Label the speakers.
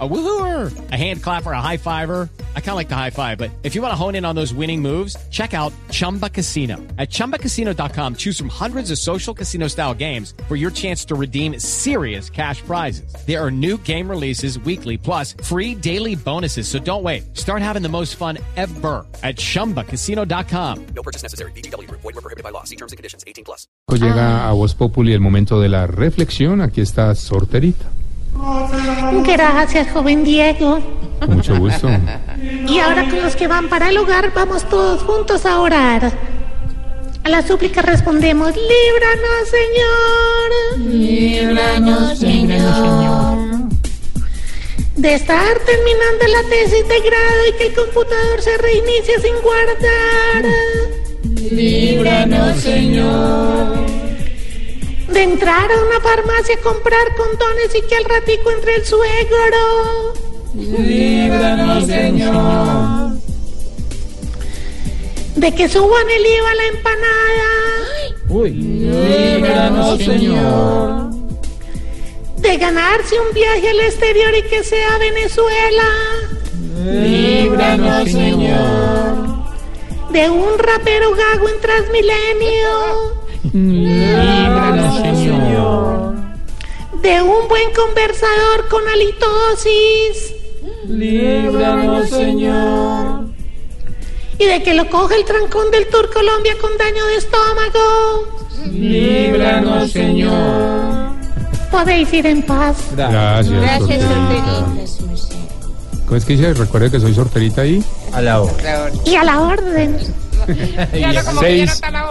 Speaker 1: A woohooer, a hand clapper, a high fiver. I kind of like the high five, but if you want to hone in on those winning moves, check out Chumba Casino. At chumbacasino.com, choose from hundreds of social casino style games for your chance to redeem serious cash prizes. There are new game releases weekly, plus free daily bonuses. So don't wait. Start having the most fun ever at chumbacasino.com.
Speaker 2: No purchase necessary. BGW. Void were prohibited by law. See terms and conditions. 18 plus.
Speaker 3: Llega a Voz Populi el momento de la reflexión. Aquí está Sorterita.
Speaker 4: Gracias, joven Diego.
Speaker 3: Con mucho gusto.
Speaker 4: Y ahora con los que van para el hogar, vamos todos juntos a orar. A la súplica respondemos, líbranos, Señor. Líbranos, Señor. De estar terminando la tesis de grado y que el computador se reinicie sin guardar. Líbranos, Señor. De entrar a una farmacia a comprar condones y que al ratico entre el suegro.
Speaker 5: Líbranos, Señor.
Speaker 4: De que suban el IVA a la empanada.
Speaker 5: Líbranos, Señor.
Speaker 4: De ganarse un viaje al exterior y que sea a Venezuela.
Speaker 5: Líbranos, Señor.
Speaker 4: De un rapero gago en Transmilenio.
Speaker 5: Líbranos, Señor.
Speaker 4: De un buen conversador con halitosis.
Speaker 5: Líbranos, Señor.
Speaker 4: Y de que lo coge el trancón del Tour Colombia con daño de estómago.
Speaker 5: Líbranos, Señor.
Speaker 4: Podéis ir en paz.
Speaker 3: Gracias, Sorterita. ¿Cómo es que dice? Recuerde que soy Sorterita ahí.
Speaker 4: Y a la orden.
Speaker 6: Ya no como que ya no
Speaker 3: Seis.
Speaker 6: está la hora.